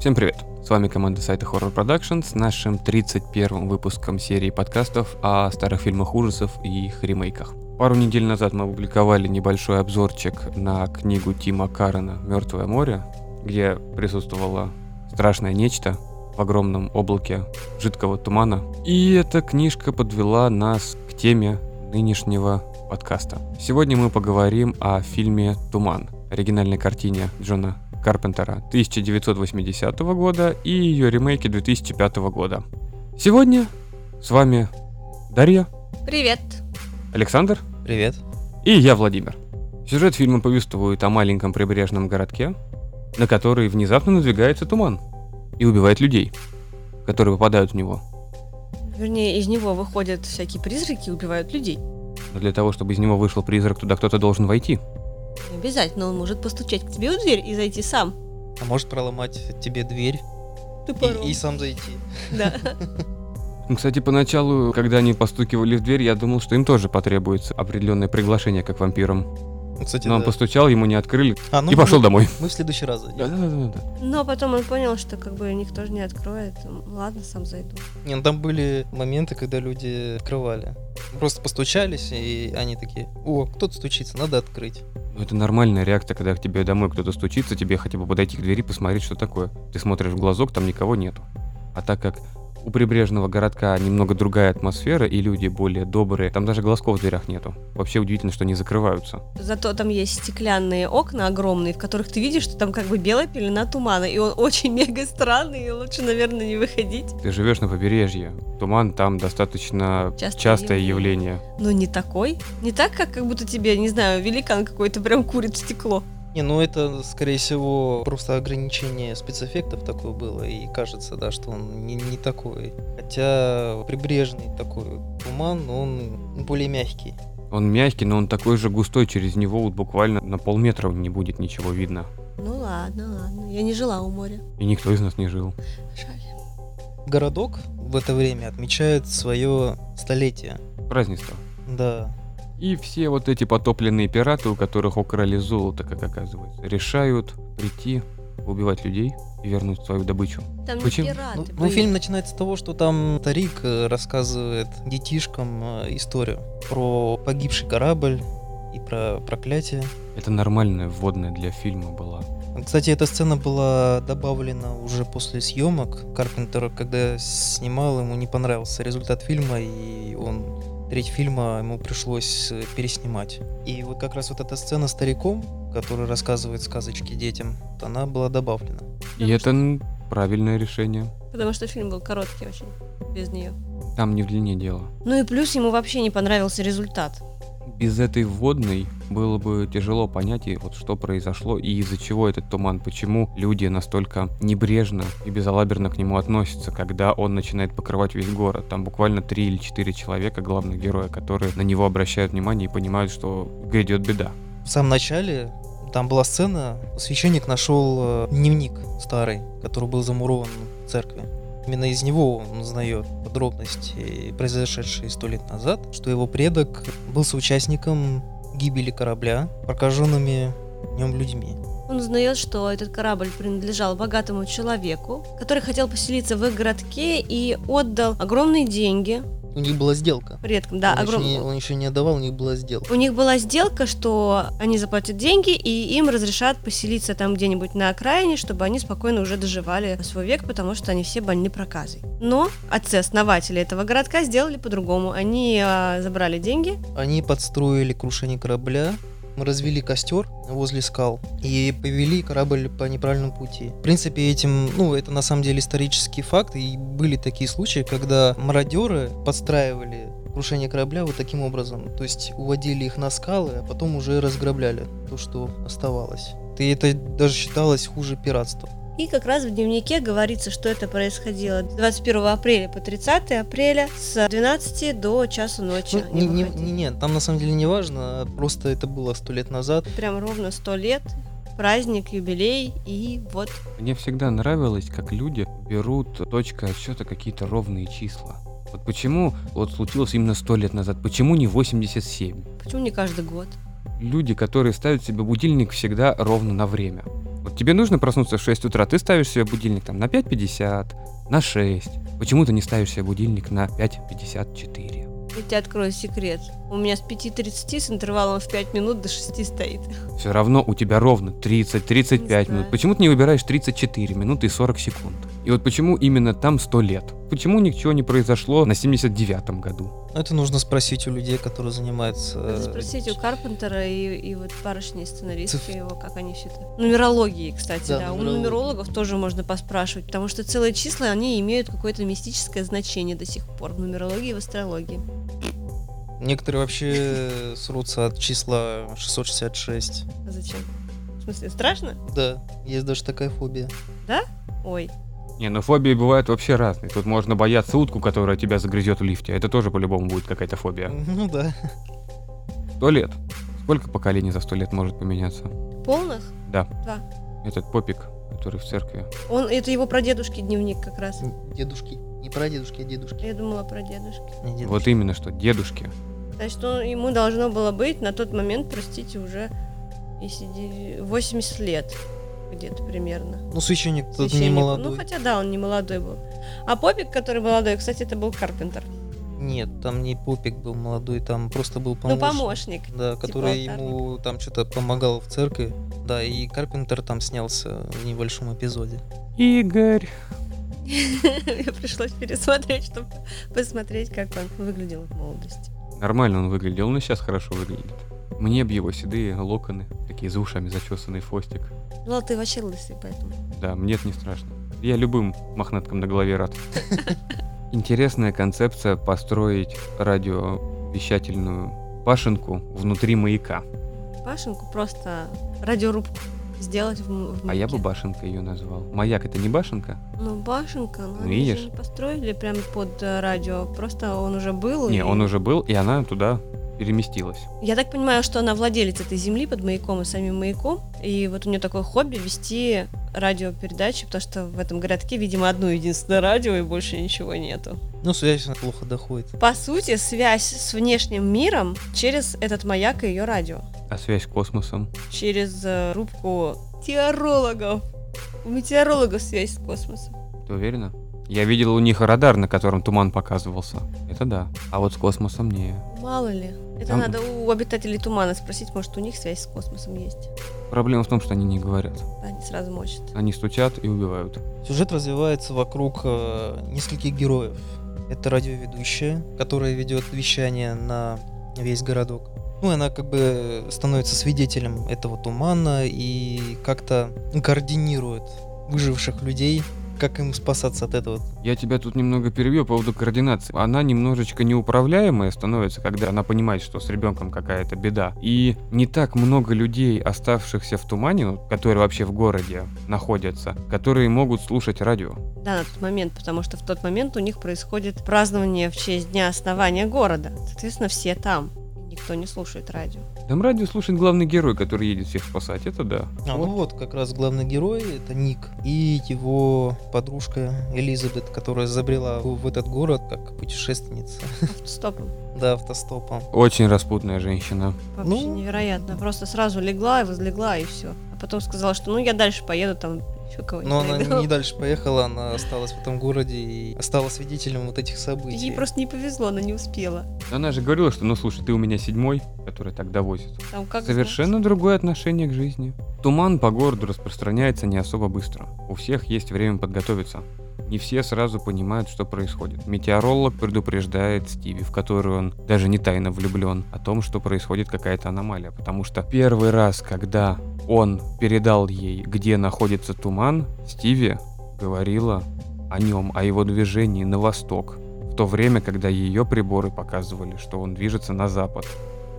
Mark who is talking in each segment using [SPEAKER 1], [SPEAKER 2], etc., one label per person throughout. [SPEAKER 1] Всем привет! С вами команда сайта Horror Production с нашим 31 выпуском серии подкастов о старых фильмах ужасов и их ремейках. Пару недель назад мы опубликовали небольшой обзорчик на книгу Тима Карена «Мертвое море», где присутствовало страшное нечто в огромном облаке жидкого тумана. И эта книжка подвела нас к теме нынешнего подкаста. Сегодня мы поговорим о фильме «Туман», оригинальной картине Джона Карпентера 1980 года и ее ремейке 2005 года. Сегодня с вами Дарья,
[SPEAKER 2] Привет.
[SPEAKER 1] Александр
[SPEAKER 3] Привет.
[SPEAKER 1] и я, Владимир. Сюжет фильма повествует о маленьком прибрежном городке, на который внезапно надвигается туман и убивает людей, которые попадают в него.
[SPEAKER 2] Вернее, из него выходят всякие призраки и убивают людей.
[SPEAKER 1] Но для того, чтобы из него вышел призрак, туда кто-то должен войти.
[SPEAKER 2] Не обязательно, он может постучать к тебе в дверь и зайти сам.
[SPEAKER 3] А может проломать тебе дверь
[SPEAKER 2] Ты
[SPEAKER 3] и, и сам зайти?
[SPEAKER 2] Да.
[SPEAKER 1] Ну, Кстати, поначалу, когда они постукивали в дверь, я думал, что им тоже потребуется определенное приглашение как вампирам.
[SPEAKER 3] Ну, Кстати,
[SPEAKER 1] Но он
[SPEAKER 3] да.
[SPEAKER 1] постучал, ему не открыли,
[SPEAKER 3] А, ну,
[SPEAKER 1] и пошел
[SPEAKER 3] мы-
[SPEAKER 1] домой.
[SPEAKER 3] Мы в следующий раз зайдем.
[SPEAKER 1] Да-да-да-да.
[SPEAKER 2] Но потом он понял, что как бы никто же не откроет. Ладно, сам зайду.
[SPEAKER 3] Не, ну, там были моменты, когда люди открывали. Просто постучались, и они такие, о, кто-то стучится, надо открыть.
[SPEAKER 1] Ну, это нормальная реакция, когда к тебе домой кто-то стучится, тебе хотя бы подойти к двери, посмотреть, что такое. Ты смотришь в глазок, там никого нету. А так как у прибрежного городка немного другая атмосфера, и люди более добрые, там даже глазков в дверях нету. Вообще удивительно, что они закрываются.
[SPEAKER 2] Зато там есть стеклянные окна огромные, в которых ты видишь, что там как бы белая пелена тумана. И он очень мега странный, и лучше, наверное, не выходить.
[SPEAKER 1] Ты живешь на побережье, туман там достаточно
[SPEAKER 2] Частое
[SPEAKER 1] частое явление.
[SPEAKER 2] явление. Но не такой. Не так, как как будто тебе, не знаю, великан какой-то прям курит стекло.
[SPEAKER 3] Не, ну это, скорее всего, просто ограничение спецэффектов такое было, и кажется, да, что он не, не такой. Хотя прибрежный такой туман, он более мягкий.
[SPEAKER 1] Он мягкий, но он такой же густой, через него вот буквально на полметра не будет ничего видно.
[SPEAKER 2] Ну ладно, ладно. Я не жила у моря.
[SPEAKER 1] И никто из нас не жил.
[SPEAKER 2] Жаль.
[SPEAKER 3] Городок в это время отмечает свое столетие.
[SPEAKER 1] Празднество.
[SPEAKER 3] Да,
[SPEAKER 1] И все вот эти потопленные пираты, у которых украли золото, как оказывается, решают прийти, убивать людей и вернуть свою добычу.
[SPEAKER 2] Там не
[SPEAKER 1] Почему?
[SPEAKER 2] пираты
[SPEAKER 3] Ну, ну,
[SPEAKER 2] были.
[SPEAKER 3] фильм начинается с того, что там старик э, рассказывает детишкам э, историю про погибший корабль и про проклятие.
[SPEAKER 1] Это нормальная вводная для фильма была.
[SPEAKER 3] Кстати, эта сцена была добавлена уже после съемок. Карпентер, когда снимал, ему не понравился результат фильма, и он треть фильма ему пришлось э, переснимать. И вот как раз вот эта сцена с стариком, который рассказывает сказочки детям, вот она была добавлена.
[SPEAKER 1] И это м, правильное решение.
[SPEAKER 2] Потому что фильм был короткий очень, без нее.
[SPEAKER 1] Там не в длине дело.
[SPEAKER 2] Ну и плюс ему вообще не понравился результат.
[SPEAKER 1] Без этой вводной было бы тяжело понять, и вот что произошло и из-за чего этот туман, почему люди настолько небрежно и безалаберно к нему относятся, когда он начинает покрывать весь город. Там буквально три или четыре человека, главных героя, которые на него обращают внимание и понимают, что грядет беда.
[SPEAKER 3] В самом начале там была сцена, священник нашел э, дневник старый, который был замурован в церкви. Именно из него он узнает подробности, произошедшие сто лет назад, что его предок был соучастником гибели корабля, прокаженными в нем людьми.
[SPEAKER 2] Он узнает, что этот корабль принадлежал богатому человеку, который хотел поселиться в их городке и отдал огромные деньги
[SPEAKER 3] У них была сделка.
[SPEAKER 2] предкам. Да,
[SPEAKER 3] он, еще
[SPEAKER 2] огромные.
[SPEAKER 3] не, он еще не отдавал, у них была сделка.
[SPEAKER 2] У них была сделка, что они заплатят деньги и им разрешат поселиться там где-нибудь на окраине, чтобы они спокойно уже доживали свой век, потому что они все больны проказой. Но отцы-основатели этого городка сделали по-другому. Они а, забрали деньги,
[SPEAKER 3] Они подстроили крушение корабля, мы развели костер возле скал и повели корабль по неправильному пути. В принципе, этим, ну, это на самом деле исторический факт, и были такие случаи, когда мародеры подстраивали крушение корабля вот таким образом. То есть уводили их на скалы, а потом уже разграбляли то, что оставалось. И это даже считалось хуже пиратства.
[SPEAKER 2] И как раз в дневнике говорится, что это происходило с 21 апреля по 30 апреля с 12 до часу ночи.
[SPEAKER 3] Ну, не,
[SPEAKER 2] Они
[SPEAKER 3] не-
[SPEAKER 2] выходили.
[SPEAKER 3] не- не, там на самом деле не важно, а просто это было сто лет назад.
[SPEAKER 2] Прям ровно 100 лет, праздник, юбилей и вот.
[SPEAKER 1] Мне всегда нравилось, как люди берут точкой отсчета какие-то ровные числа. Вот почему вот случилось именно сто лет назад, почему не 87?
[SPEAKER 2] Почему не каждый год?
[SPEAKER 1] люди, которые ставят себе будильник всегда ровно на время. Вот тебе нужно проснуться в 6 утра, ты ставишь себе будильник там на 5.50, на 6. Почему ты не ставишь себе будильник на 5.54?
[SPEAKER 2] Я тебе открою секрет. У меня с 5.30 с интервалом в 5 минут до 6 стоит.
[SPEAKER 1] Все равно у тебя ровно 30-35
[SPEAKER 2] Не
[SPEAKER 1] минут.
[SPEAKER 2] знаю.
[SPEAKER 1] Почему ты не выбираешь 34 минуты и 40 секунд? И вот почему именно там 100 лет? Почему ничего не произошло на 79-м году?
[SPEAKER 3] Ну, Это нужно спросить у людей, которые занимаются...
[SPEAKER 2] Надо
[SPEAKER 3] э,
[SPEAKER 2] спросить у Карпентера и, и вот парочней сценаристки
[SPEAKER 3] Циф-
[SPEAKER 2] его, как они считают. Нумерологии, кстати,
[SPEAKER 3] Да,
[SPEAKER 2] да. У
[SPEAKER 3] нумерологии.
[SPEAKER 2] нумерологов тоже можно поспрашивать, потому что целые числа, они имеют какое-то мистическое значение до сих пор в нумерологии и в астрологии.
[SPEAKER 3] Некоторые вообще срутся от числа 666.
[SPEAKER 2] А зачем? В смысле, страшно?
[SPEAKER 3] Да, есть даже такая фобия.
[SPEAKER 2] Ой.
[SPEAKER 1] Не, ну фобии бывают вообще разные. Тут можно бояться утку, которая тебя загрызет в лифте. Это тоже по-любому будет какая-то фобия.
[SPEAKER 3] Ну да.
[SPEAKER 1] Сто лет. Сколько поколений за сто лет может поменяться?
[SPEAKER 2] Полных?
[SPEAKER 1] Да.
[SPEAKER 2] Да.
[SPEAKER 1] Этот попик, который в церкви.
[SPEAKER 2] Он, это его прадедушки дневник как раз.
[SPEAKER 3] Дедушки. Не про дедушки, а дедушки.
[SPEAKER 2] Я думала про дедушки.
[SPEAKER 3] Не дедушки.
[SPEAKER 1] Вот именно что, дедушки.
[SPEAKER 2] Значит, он, ему должно было быть на тот момент, простите, уже если де- 80 лет где-то примерно.
[SPEAKER 3] Ну, священник тут не
[SPEAKER 2] священнику. Ну,
[SPEAKER 3] молодой.
[SPEAKER 2] хотя да, он не молодой был. А Попик, который молодой, кстати, это был Карпентер.
[SPEAKER 3] Нет, там не попик был молодой, там просто был
[SPEAKER 2] Ну,
[SPEAKER 3] помощник.
[SPEAKER 2] помощник.
[SPEAKER 3] Типа Да, который
[SPEAKER 2] алтарник.
[SPEAKER 3] ему там что-то помогал в церкви. Да, и Карпентер там снялся в небольшом эпизоде.
[SPEAKER 1] Игорь.
[SPEAKER 2] Мне пришлось пересмотреть, чтобы посмотреть, как он выглядел в молодости.
[SPEAKER 1] Нормально он выглядел, он и сейчас хорошо выглядит. Мне б его седые локоны, такие за ушами зачесанный хвостик.
[SPEAKER 2] Ну, а ты вообще лысый, поэтому.
[SPEAKER 1] Да, мне это не страшно. Я любым мохнаткам на голове рад. Интересная концепция построить радиовещательную башенку внутри маяка.
[SPEAKER 2] Пашенку просто радиорубку сделать в, м- в
[SPEAKER 1] А я бы
[SPEAKER 2] муке.
[SPEAKER 1] башенка ее назвал. Маяк это не башенка?
[SPEAKER 2] Ну, башенка, ну,
[SPEAKER 1] Ну,
[SPEAKER 2] они же
[SPEAKER 1] видишь?
[SPEAKER 2] не построили прям под э, радио, просто он уже был. и-
[SPEAKER 1] Не, он уже был, и она туда переместилась.
[SPEAKER 2] Я так понимаю, что она владелец этой земли под маяком и самим маяком. И вот у нее такое хобби вести радиопередачи, потому что в этом городке, видимо, одно единственное радио и больше ничего нету.
[SPEAKER 3] Ну, связь она плохо доходит.
[SPEAKER 2] По сути, связь с внешним миром через этот маяк и ее радио.
[SPEAKER 1] А связь с космосом?
[SPEAKER 2] Через э, рубку теорологов. У метеорологов связь с космосом.
[SPEAKER 1] Ты уверена? Я видел у них радар, на котором туман показывался. Это да. А вот с космосом не.
[SPEAKER 2] Мало ли. Это
[SPEAKER 1] Там-
[SPEAKER 2] надо у обитателей тумана спросить, может, у них связь с космосом есть.
[SPEAKER 1] Проблема в том, что они не говорят.
[SPEAKER 2] Они сразу мочат.
[SPEAKER 1] Они стучат и убивают.
[SPEAKER 3] Сюжет развивается вокруг э, нескольких героев. Это радиоведущая, которая ведет вещание на весь городок. Ну, и она как бы становится свидетелем этого тумана и как-то координирует выживших людей, как им спасаться от этого.
[SPEAKER 1] Я тебя тут немного перебью по поводу координации. Она немножечко неуправляемая становится, когда она понимает, что с ребенком какая-то беда. И не так много людей, оставшихся в тумане, ну, которые вообще в городе находятся, которые могут слушать радио.
[SPEAKER 2] Да, на тот момент, потому что в тот момент у них происходит празднование в честь дня основания города. Соответственно, все там. Никто не слушает радио.
[SPEAKER 1] Там радио слушает главный герой, который едет всех спасать. Это да.
[SPEAKER 3] А, ну вот, как раз главный герой — это Ник и его подружка Элизабет, которая забрела в в этот город как путешественница,
[SPEAKER 2] Автостопом.
[SPEAKER 3] да, автостопом.
[SPEAKER 1] Очень распутная женщина.
[SPEAKER 2] Вообще
[SPEAKER 3] Ну.
[SPEAKER 2] невероятно. Просто сразу легла и возлегла, и все. А потом сказала, что ну я дальше поеду, там еще кого-нибудь
[SPEAKER 3] Но она
[SPEAKER 2] найду.
[SPEAKER 3] не дальше поехала, она осталась в этом городе и стала свидетелем вот этих событий.
[SPEAKER 2] Ей просто не повезло, она не успела.
[SPEAKER 1] Но Она же говорила, что ну слушай, ты у меня седьмой, который так довозит.
[SPEAKER 2] Там как
[SPEAKER 1] Совершенно другое отношение к жизни. Туман по городу распространяется не особо быстро. У всех есть время подготовиться. Не все сразу понимают, что происходит. Метеоролог предупреждает Стиви, в которую он даже не тайно влюблен, о том, что происходит какая-то аномалия. Потому что первый раз, когда он передал ей, где находится туман, Стиви говорила о нем, о его движении на восток, в то время, когда ее приборы показывали, что он движется на запад.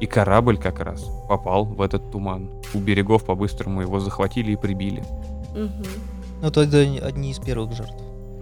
[SPEAKER 1] И корабль как раз попал в этот туман. У берегов по-быстрому его захватили и прибили.
[SPEAKER 2] Мгм.
[SPEAKER 3] Ну, тогда они- одни из первых жертв.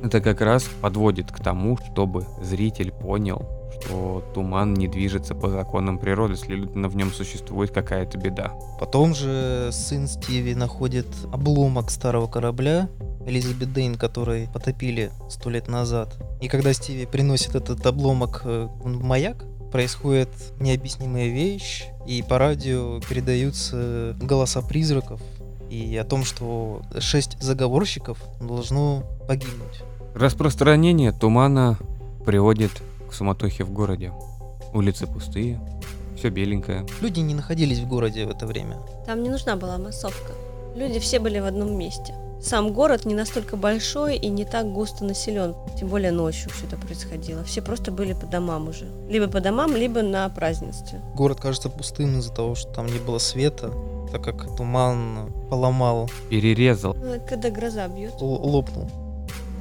[SPEAKER 1] Это как раз подводит к тому, чтобы зритель понял, что туман не движется по законам природы, следовательно, в нем существует какая-то беда.
[SPEAKER 3] Потом же сын Стиви находит обломок старого корабля Элизабет Дейн, который потопили сто лет назад. И когда Стиви приносит этот обломок э, в маяк, происходит необъяснимая вещь, и по радио передаются голоса призраков. и о том, что шесть заговорщиков должно погибнуть.
[SPEAKER 1] Распространение тумана приводит к суматохе в городе. Улицы пустые, все беленькое.
[SPEAKER 3] Люди не находились в городе в это время.
[SPEAKER 2] Там не нужна была массовка. Люди все были в одном месте. Сам город не настолько большой и не так густо населен. Тем более ночью все это происходило. Все просто были по домам уже. Либо по домам, либо на празднестве.
[SPEAKER 3] Город кажется пустым из-за того, что там не было света, так как туман поломал,
[SPEAKER 1] Перерезал.
[SPEAKER 2] Ну, это Когда гроза бьет.
[SPEAKER 3] л- лопнул.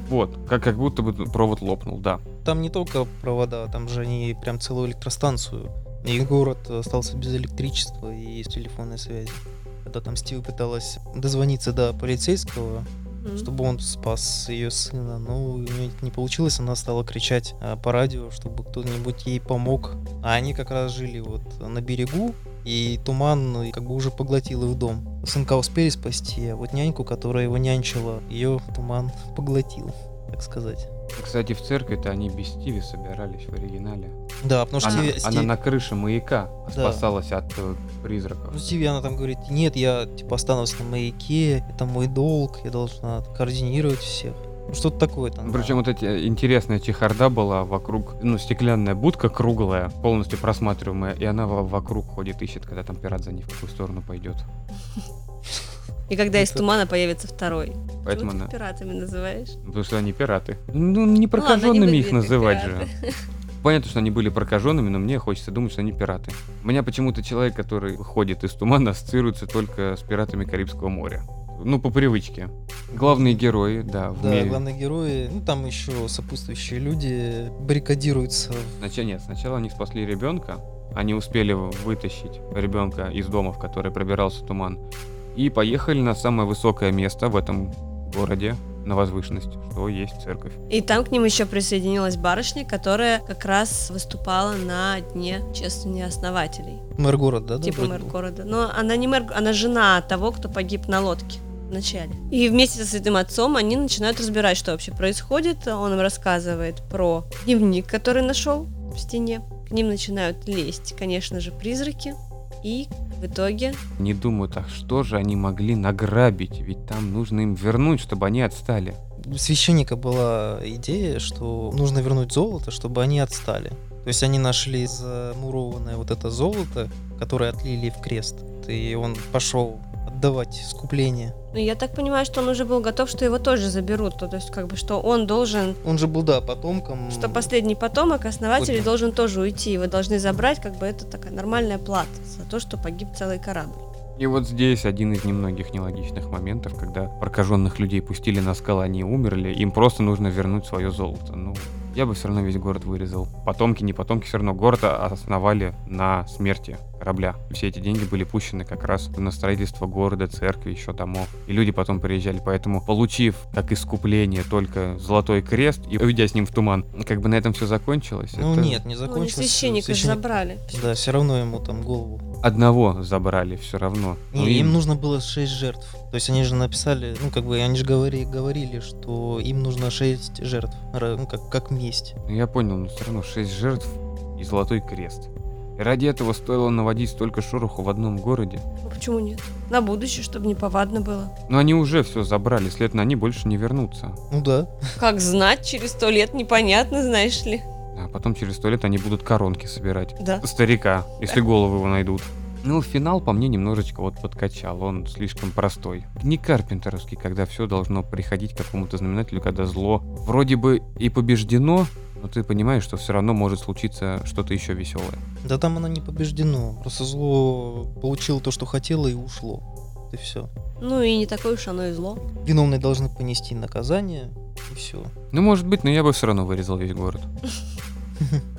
[SPEAKER 1] Вот, как, как будто бы провод лопнул, да.
[SPEAKER 3] Там не только провода, там же они прям целую электростанцию. И город остался без электричества и телефонной связи. Когда там Стива пыталась дозвониться до полицейского,
[SPEAKER 2] М.
[SPEAKER 3] чтобы он спас ее сына, но у нее это не получилось, она стала кричать а, по радио, чтобы кто-нибудь ей помог. А они как раз жили вот на берегу, и туман ну, и как бы уже поглотил их дом. Сынка успели спасти, а вот няньку, которая его нянчила, ее туман поглотил, так сказать.
[SPEAKER 1] Кстати, в церкви-то они без Стиви собирались в оригинале.
[SPEAKER 3] Да, потому что
[SPEAKER 1] Она,
[SPEAKER 3] Стиви-
[SPEAKER 1] она
[SPEAKER 3] Стиви-
[SPEAKER 1] на крыше маяка
[SPEAKER 3] Да.
[SPEAKER 1] спасалась от э, призраков.
[SPEAKER 3] Ну, Стиви, она там говорит, нет, я типа останусь на маяке, это мой долг, я должна координировать всех. Ну, Что-то такое там. да.
[SPEAKER 1] Причем вот эти э, интересная чехарда была вокруг, ну, стеклянная будка круглая, полностью просматриваемая, и она во- вокруг ходит, ищет, когда там пират за ней в какую сторону пойдет.
[SPEAKER 2] И когда из
[SPEAKER 3] Это-
[SPEAKER 2] тумана появится второй.
[SPEAKER 1] Поэтому
[SPEAKER 2] Чего ты
[SPEAKER 1] она...
[SPEAKER 2] их пиратами называешь?
[SPEAKER 1] Потому что они пираты. Ну, не
[SPEAKER 2] ладно, они
[SPEAKER 1] прокаженными их
[SPEAKER 2] выглядят как
[SPEAKER 1] называть же. Понятно, что они были прокаженными, но мне хочется думать, что они пираты. У меня почему-то человек, который выходит из тумана, ассоциируется только с пиратами Карибского моря. Ну, по привычке. Главные герои, да, в
[SPEAKER 3] Да,
[SPEAKER 1] мире.
[SPEAKER 3] главные герои, ну там еще сопутствующие люди баррикадируются.
[SPEAKER 1] Сначала нет, сначала они спасли ребенка, они успели вытащить ребенка из дома, в который пробирался туман, и поехали на самое высокое место в этом городе, на возвышенность, что есть церковь.
[SPEAKER 2] И там к ним еще присоединилась барышня, которая как раз выступала на дне чествования основателей.
[SPEAKER 3] Мэр города, да?
[SPEAKER 2] типа
[SPEAKER 3] вроде
[SPEAKER 2] мэр
[SPEAKER 3] был?
[SPEAKER 2] города. Но она не мэр, она жена того, кто погиб на лодке вначале. И вместе со святым отцом они начинают разбирать, что вообще происходит. Он им рассказывает про дневник, который нашел в стене. К ним начинают лезть, конечно же, призраки. И в итоге
[SPEAKER 1] Не думаю, так что же они могли награбить, ведь там нужно им вернуть, чтобы они отстали.
[SPEAKER 3] У священника была идея, что нужно вернуть золото, чтобы они отстали. То есть они нашли замурованное вот это золото, которое отлили в крест. И он пошел отдавать искупление.
[SPEAKER 2] ну, я так понимаю, что он уже был готов, что его тоже заберут. То, то есть, как бы, что он должен
[SPEAKER 3] Он же был, да, потомком.
[SPEAKER 2] что последний потомок основателей
[SPEAKER 3] Понял.
[SPEAKER 2] должен тоже уйти, и вы должны забрать, как бы это такая нормальная плата за то, что погиб целый корабль. Ну,
[SPEAKER 1] И вот здесь один из немногих нелогичных моментов, когда прокаженных людей пустили на скалы, они умерли, им просто нужно вернуть свое золото. Ну, я бы все равно весь город вырезал. Потомки, не потомки, все равно город а- основали на смерти корабля. Все эти деньги были пущены как раз на строительство города, церкви, еще домов. И люди потом приезжали. Поэтому, получив как искупление только золотой крест и уйдя с ним в туман, как бы на этом все закончилось.
[SPEAKER 3] Ну
[SPEAKER 1] это-
[SPEAKER 3] нет, не
[SPEAKER 2] Ну, они
[SPEAKER 3] закончилось.
[SPEAKER 2] священника же
[SPEAKER 3] Священник-
[SPEAKER 2] забрали.
[SPEAKER 3] Да, все равно ему там голову.
[SPEAKER 1] Одного забрали все равно.
[SPEAKER 3] Не,
[SPEAKER 1] Ну,
[SPEAKER 3] им
[SPEAKER 1] им-
[SPEAKER 3] нужно было 6 жертв. То есть они же написали, ну как бы они же говори- говорили, что им нужно 6 жертв, ра- ну как, как месть.
[SPEAKER 1] Ну, Я понял, но все равно шесть жертв и золотой крест. И ради этого стоило наводить столько шороху в одном городе.
[SPEAKER 2] Ну, почему нет? На будущее, чтобы не повадно было.
[SPEAKER 1] Но они уже все забрали, след на они больше не вернутся.
[SPEAKER 3] Ну да.
[SPEAKER 2] Как знать, через сто лет непонятно, знаешь ли.
[SPEAKER 1] А потом через сто лет они будут коронки собирать.
[SPEAKER 2] Да.
[SPEAKER 1] Старика, если голову его найдут. Ну, финал по мне немножечко вот подкачал, он слишком простой. Не карпентеровский, когда все должно приходить к какому-то знаменателю, когда зло вроде бы и побеждено, но ты понимаешь, что все равно может случиться что-то еще веселое.
[SPEAKER 3] Да там оно не побеждено. Просто зло получило то, что хотело и ушло. И все.
[SPEAKER 2] Ну и не такое уж оно и зло.
[SPEAKER 3] Виновные должны понести наказание. И все.
[SPEAKER 1] Ну, может быть, но я бы все равно вырезал весь город.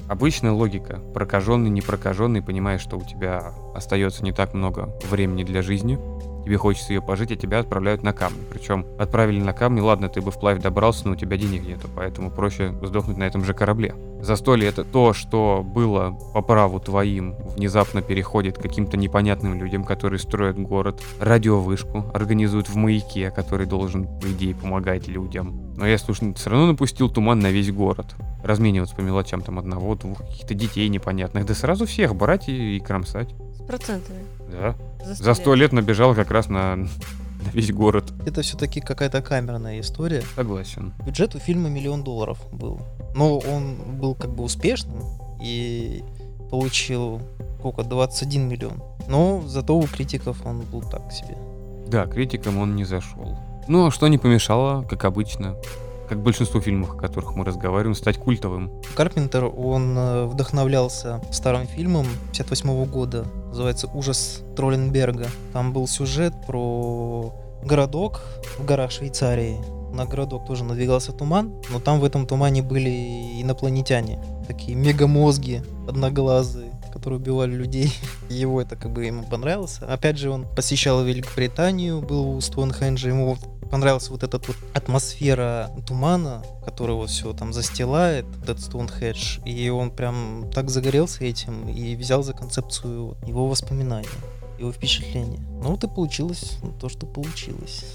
[SPEAKER 1] Обычная логика. Прокаженный, не прокаженный, понимаешь, что у тебя остается не так много времени для жизни. Тебе хочется ее пожить, а тебя отправляют на камни. Причем отправили на камни, ладно, ты бы вплавь добрался, но у тебя денег нету, поэтому проще сдохнуть на этом же корабле. Застолье это то, что было по праву твоим, внезапно переходит к каким-то непонятным людям, которые строят город, радиовышку, организуют в маяке, который должен, по идее, помогать людям. Но я, слушай, все равно напустил туман на весь город. Размениваться по мелочам там одного, двух каких-то детей непонятных, да сразу всех брать и, и кромсать.
[SPEAKER 2] С процентами.
[SPEAKER 1] Да.
[SPEAKER 2] За
[SPEAKER 1] За сто лет набежал как раз на, на весь город.
[SPEAKER 3] Это все-таки какая-то камерная история.
[SPEAKER 1] Согласен.
[SPEAKER 3] Бюджет у фильма миллион долларов был. Но он был как бы успешным и получил сколько, 21 миллион. Но зато у критиков он был так себе.
[SPEAKER 1] Да, критикам он не зашел. Но что не помешало, как обычно, как большинство фильмов, о которых мы разговариваем, стать культовым.
[SPEAKER 3] Карпентер, он э, вдохновлялся старым фильмом 58 года, называется «Ужас Тролленберга». Там был сюжет про городок в горах Швейцарии. На городок тоже надвигался туман, но там в этом тумане были инопланетяне. Такие мегамозги, одноглазые, которые убивали людей. Его это как бы ему понравилось. Опять же, он посещал Великобританию, был у Стоунхенджа, ему понравилась вот эта вот атмосфера тумана, которого все там застилает, вот этот Стоунхедж, и он прям так загорелся этим и взял за концепцию вот его воспоминания, его впечатления. Ну вот и получилось то, что получилось.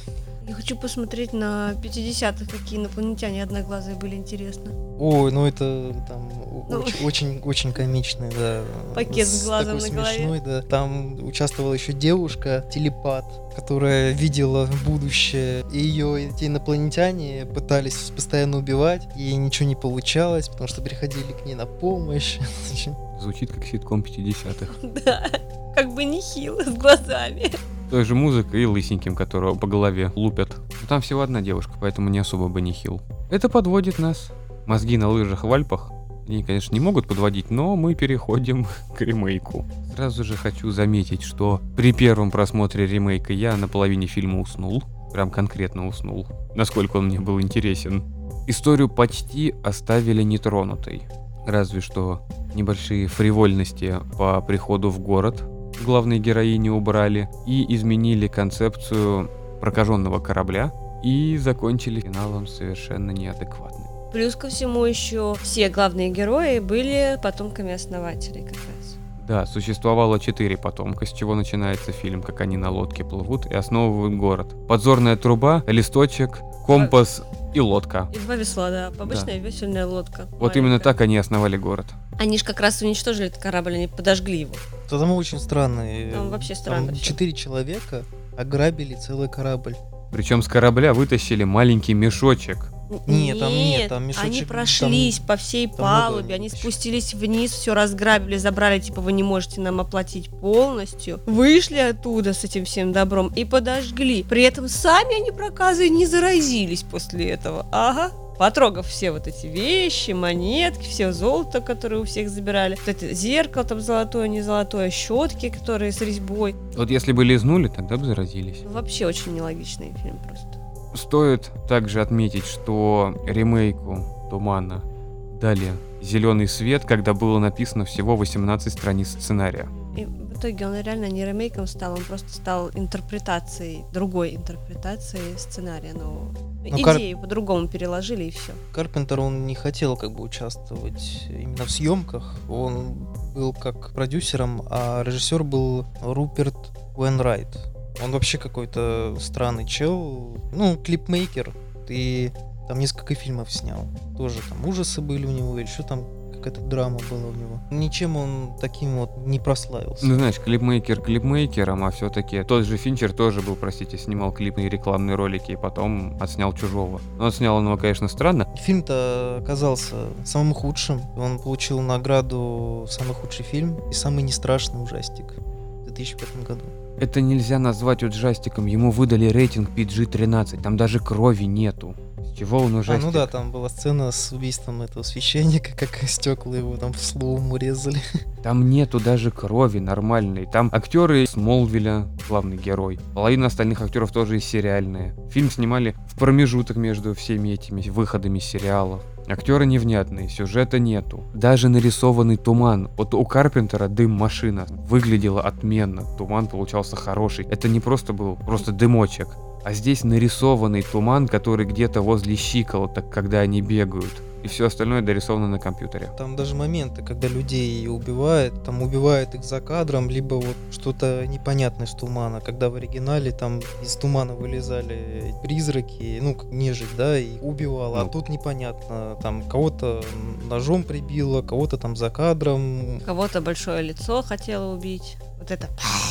[SPEAKER 2] Я хочу посмотреть на 50-х, какие инопланетяне одноглазые были, интересно.
[SPEAKER 3] Ой, ну это там
[SPEAKER 2] Ну.
[SPEAKER 3] очень, очень, очень комичный, да.
[SPEAKER 2] Пакет с глазом
[SPEAKER 3] такой
[SPEAKER 2] на голове.
[SPEAKER 3] смешной, да. Там участвовала еще девушка, телепат, которая видела будущее. И ее эти инопланетяне пытались постоянно убивать, и ничего не получалось, потому что приходили к ней на помощь.
[SPEAKER 1] Звучит как ситком 50-х.
[SPEAKER 2] Да, как бы нехило, с глазами.
[SPEAKER 1] Той же музыкой и лысеньким, которого по голове лупят. Но там всего одна девушка, поэтому не особо бы не хил. Это подводит нас. Мозги на лыжах в Альпах. Они, конечно, не могут подводить, но мы переходим к ремейку. Сразу же хочу заметить, что при первом просмотре ремейка я на половине фильма уснул. Прям конкретно уснул. Насколько он мне был интересен. Историю почти оставили нетронутой. Разве что небольшие фривольности по приходу в город, главной героини убрали и изменили концепцию прокаженного корабля и закончили финалом совершенно неадекватным.
[SPEAKER 2] Плюс ко всему еще все главные герои были потомками основателей как раз.
[SPEAKER 1] Да, существовало четыре потомка, с чего начинается фильм, как они на лодке плывут и основывают город. Подзорная труба, листочек, компас и лодка.
[SPEAKER 2] И два весла, да. Обычная весельная лодка.
[SPEAKER 1] Вот именно
[SPEAKER 2] маленькая.
[SPEAKER 1] так они основали город.
[SPEAKER 2] Они же как раз уничтожили этот корабль, они подожгли его.
[SPEAKER 3] То Там очень странный.
[SPEAKER 2] Там вообще странно всё.
[SPEAKER 3] четыре человека ограбили целый корабль.
[SPEAKER 1] Причем с корабля вытащили маленький мешочек.
[SPEAKER 2] Н-
[SPEAKER 3] Не, там нет, там
[SPEAKER 2] Они
[SPEAKER 3] мешочек,
[SPEAKER 2] прошлись по всей
[SPEAKER 3] там
[SPEAKER 2] палубе,
[SPEAKER 3] много
[SPEAKER 2] они
[SPEAKER 3] мешочек.
[SPEAKER 2] спустились вниз, все разграбили, забрали, типа вы не можете нам оплатить полностью. Вышли оттуда с этим всем добром и подожгли. При этом сами они проказы не заразились после этого. Ага. Потрогав все вот эти вещи, монетки, все золото, которое у всех забирали. Вот это зеркало там золотое, не золотое, щетки, которые с резьбой.
[SPEAKER 1] Вот если бы лизнули, тогда бы заразились.
[SPEAKER 2] Вообще очень нелогичный фильм просто.
[SPEAKER 1] Стоит также отметить, что ремейку Тумана дали зеленый свет, когда было написано всего 18 страниц сценария.
[SPEAKER 2] И в итоге он реально не ремейком стал, он просто стал интерпретацией, другой интерпретацией сценария нового.
[SPEAKER 3] Ну, кар-
[SPEAKER 2] Идею по-другому переложили и все.
[SPEAKER 3] Карпентер, он не хотел как бы участвовать именно в съемках. Он был как продюсером, а режиссер был Руперт Уэнрайт. Он вообще какой-то странный чел. Ну, клипмейкер. И там несколько фильмов снял. Тоже там ужасы были у него, или что там какая-то драма была у него. Ничем он таким вот не прославился.
[SPEAKER 1] Ну, знаешь, клипмейкер клипмейкером, а все-таки тот же Финчер тоже был, простите, снимал клипы и рекламные ролики, и потом отснял чужого. Но отснял он его, конечно, странно.
[SPEAKER 3] Фильм-то оказался самым худшим. Он получил награду «Самый худший фильм» и «Самый не страшный ужастик» в 2005 году.
[SPEAKER 1] Это нельзя назвать ужастиком, ему выдали рейтинг PG-13, там даже крови нету. С чего он
[SPEAKER 3] А,
[SPEAKER 1] ужастик?
[SPEAKER 3] ну да, там была сцена с убийством этого священника, как стекла его там в слоум резали.
[SPEAKER 1] Там нету даже крови нормальной. Там актеры из Молвиля, главный герой. Половина остальных актеров тоже и сериальные. Фильм снимали в промежуток между всеми этими выходами сериалов. Актеры невнятные, сюжета нету. Даже нарисованный туман. Вот у Карпентера дым машина. Выглядела отменно. Туман получался хороший. Это не просто был просто дымочек. А здесь нарисованный туман, который где-то возле щиколоток, когда они бегают. И все остальное дорисовано на компьютере.
[SPEAKER 3] Там даже моменты, когда людей убивают, там убивают их за кадром, либо вот что-то непонятное из тумана, когда в оригинале там из тумана вылезали призраки, ну, как нежить, да, и убивала,
[SPEAKER 1] Ну.
[SPEAKER 3] а тут непонятно, там кого-то ножом прибило, кого-то там за кадром,
[SPEAKER 2] Кого-то большое лицо хотела убить. Вот это.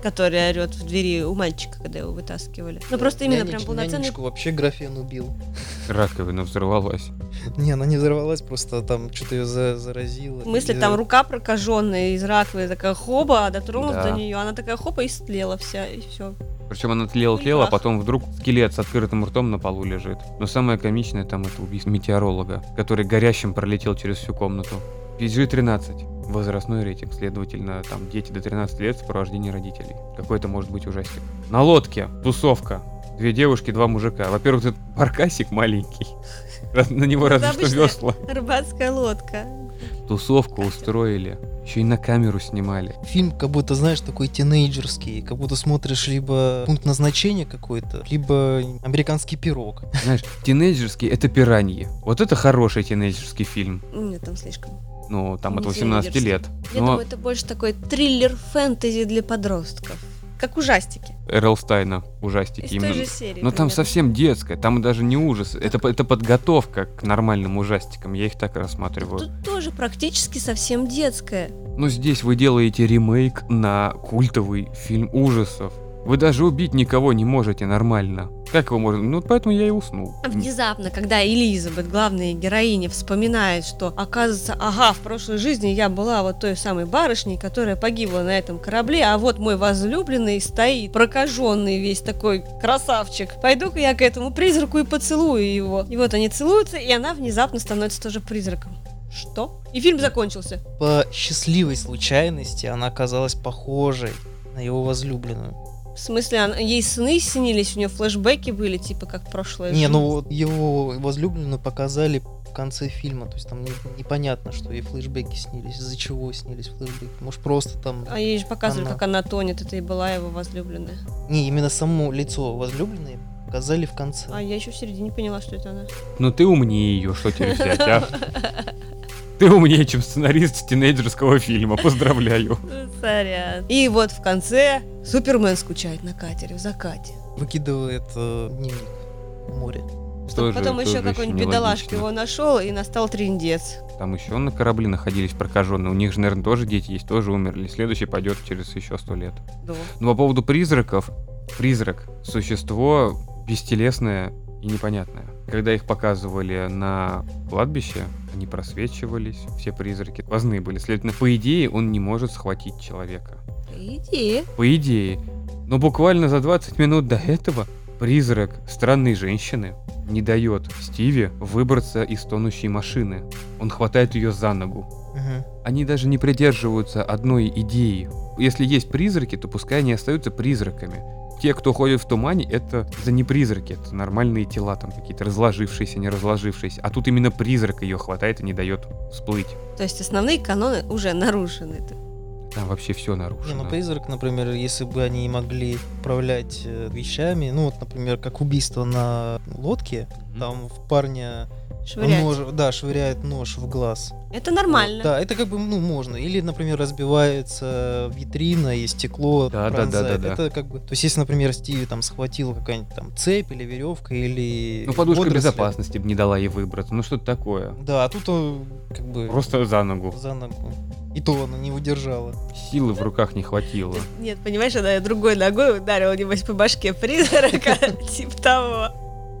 [SPEAKER 2] который орет в двери у мальчика, когда его вытаскивали. Ну просто именно прям полноценный...
[SPEAKER 3] Нянечку вообще графен убил.
[SPEAKER 1] Раковина взорвалась.
[SPEAKER 3] Не, она не взорвалась, просто там что-то ее заразило.
[SPEAKER 2] Мысли
[SPEAKER 3] Или-
[SPEAKER 2] там рука прокаженная из раковины такая хоба, а дотронулась
[SPEAKER 1] Да.
[SPEAKER 2] до нее, она такая хопа и стлела вся, и все.
[SPEAKER 1] Причем она тлела,
[SPEAKER 2] И
[SPEAKER 1] тлела, а
[SPEAKER 2] пах.
[SPEAKER 1] потом вдруг скелет с открытым ртом на полу лежит. Но самое комичное там это убийство метеоролога, который горящим пролетел через всю комнату. PG-13. Возрастной рейтинг, следовательно, там дети до 13 лет в сопровождении родителей. Какой это может быть ужастик. На лодке, тусовка. Две девушки, два мужика. Во-первых, этот баркасик маленький. Раз- На него разве что
[SPEAKER 2] обычная-
[SPEAKER 1] весла.
[SPEAKER 2] Рыбацкая лодка.
[SPEAKER 1] Тусовку устроили. Еще и на камеру снимали.
[SPEAKER 3] Фильм как будто, знаешь, такой тинейджерский, как будто смотришь либо пункт назначения какой-то, либо американский пирог.
[SPEAKER 1] Знаешь, тинейджерский это пираньи. Вот это хороший тинейджерский фильм.
[SPEAKER 2] Нет, там слишком.
[SPEAKER 1] Ну, там от
[SPEAKER 2] Не
[SPEAKER 1] 18 лет.
[SPEAKER 2] Я
[SPEAKER 1] Но
[SPEAKER 2] думаю, это больше такой триллер фэнтези для подростков. Как ужастики.
[SPEAKER 1] Эрл Стайна
[SPEAKER 2] Из
[SPEAKER 1] ужастики
[SPEAKER 2] той же
[SPEAKER 1] именно.
[SPEAKER 2] серии.
[SPEAKER 1] Но там
[SPEAKER 2] примерно.
[SPEAKER 1] совсем детское, там даже не ужас. Это, по- это подготовка к нормальным ужастикам, я их так рассматриваю.
[SPEAKER 2] Тут тоже практически совсем детская.
[SPEAKER 1] Но здесь вы делаете ремейк на культовый фильм ужасов. Вы даже убить никого не можете нормально. Как вы можете? Ну, поэтому я и уснул.
[SPEAKER 2] А Внезапно, когда Элизабет, главная героиня, вспоминает, что, оказывается, ага, в прошлой жизни я была вот той самой барышней, которая погибла на этом корабле, а вот мой возлюбленный стоит, прокаженный весь такой красавчик. Пойду-ка я к этому призраку и поцелую его. И вот они целуются, и она внезапно становится тоже призраком. Что? И фильм закончился.
[SPEAKER 3] По счастливой случайности она оказалась похожей на его возлюбленную.
[SPEAKER 2] В смысле, она- ей сны снились, у нее флешбеки были, типа как прошлое.
[SPEAKER 3] Не, ну вот его возлюбленную показали в конце фильма, то есть там не- непонятно, что ей флешбеки снились, из-за чего снились флешбеки. Может, просто там...
[SPEAKER 2] А ей же показывали,
[SPEAKER 3] Она.
[SPEAKER 2] как она тонет, это и была его возлюбленная.
[SPEAKER 3] Не, именно само лицо возлюбленной показали в конце.
[SPEAKER 2] А я еще в середине поняла, что это она.
[SPEAKER 1] Ну ты умнее ее, что тебе взять, а? Ты умнее, чем сценарист тинейджерского фильма, поздравляю.
[SPEAKER 2] Сорян. И вот в конце Супермен скучает на катере в закате.
[SPEAKER 3] Выкидывает э, дневник в море.
[SPEAKER 2] Чтобы
[SPEAKER 1] Тоже-
[SPEAKER 2] потом еще
[SPEAKER 1] тоже ещё
[SPEAKER 2] какой-нибудь
[SPEAKER 1] нелогично.
[SPEAKER 2] бедолашка его нашел и настал трендец.
[SPEAKER 1] Там еще на корабле находились прокаженные. У них же, наверное, тоже дети есть, тоже умерли. Следующий пойдет через еще сто лет.
[SPEAKER 2] Да.
[SPEAKER 1] Но по поводу призраков. Призрак — существо бестелесное и непонятное. Когда их показывали на кладбище, они просвечивались, все призраки сквозные были. Следовательно, по идее, он не может схватить человека.
[SPEAKER 2] Иди.
[SPEAKER 1] По идее. Но буквально за 20 минут до этого призрак странной женщины не дает Стиве выбраться из тонущей машины. Он хватает ее за ногу.
[SPEAKER 3] Мгм.
[SPEAKER 1] Они даже не придерживаются одной идеи. Если есть призраки, то пускай они остаются призраками. Те, кто ходит в тумане, это, это не призраки, это нормальные тела там какие-то, разложившиеся, не разложившиеся. А тут именно призрак ее хватает и не дает всплыть.
[SPEAKER 2] То есть основные каноны уже нарушены.
[SPEAKER 1] Там вообще все
[SPEAKER 3] Не,
[SPEAKER 1] нарушено.
[SPEAKER 3] ну призрак, например, если бы они могли управлять э, вещами, ну вот, например, как убийство на лодке,
[SPEAKER 1] Мгм.
[SPEAKER 3] там в парня
[SPEAKER 2] Швырять.
[SPEAKER 3] нож- да, швыряет нож в глаз.
[SPEAKER 2] Это нормально.
[SPEAKER 3] Вот, Ну, да, это как бы, ну, можно. Или, например, разбивается витрина и стекло
[SPEAKER 1] Да, да, да,
[SPEAKER 3] пронзает.
[SPEAKER 1] да, да.
[SPEAKER 3] Это как бы... То есть, если, например, Стиви там схватил какая-нибудь там цепь или веревка или...
[SPEAKER 1] Ну, подушка
[SPEAKER 3] водоросли.
[SPEAKER 1] безопасности бы не дала ей выбраться. Ну, что-то такое.
[SPEAKER 3] Да, а тут он как бы...
[SPEAKER 1] Просто за ногу.
[SPEAKER 3] За ногу. И то она не удержала.
[SPEAKER 1] Силы в руках не хватило.
[SPEAKER 2] Тут- Нет, понимаешь, она другой ногой ударила, небось, по башке призрака, типа того.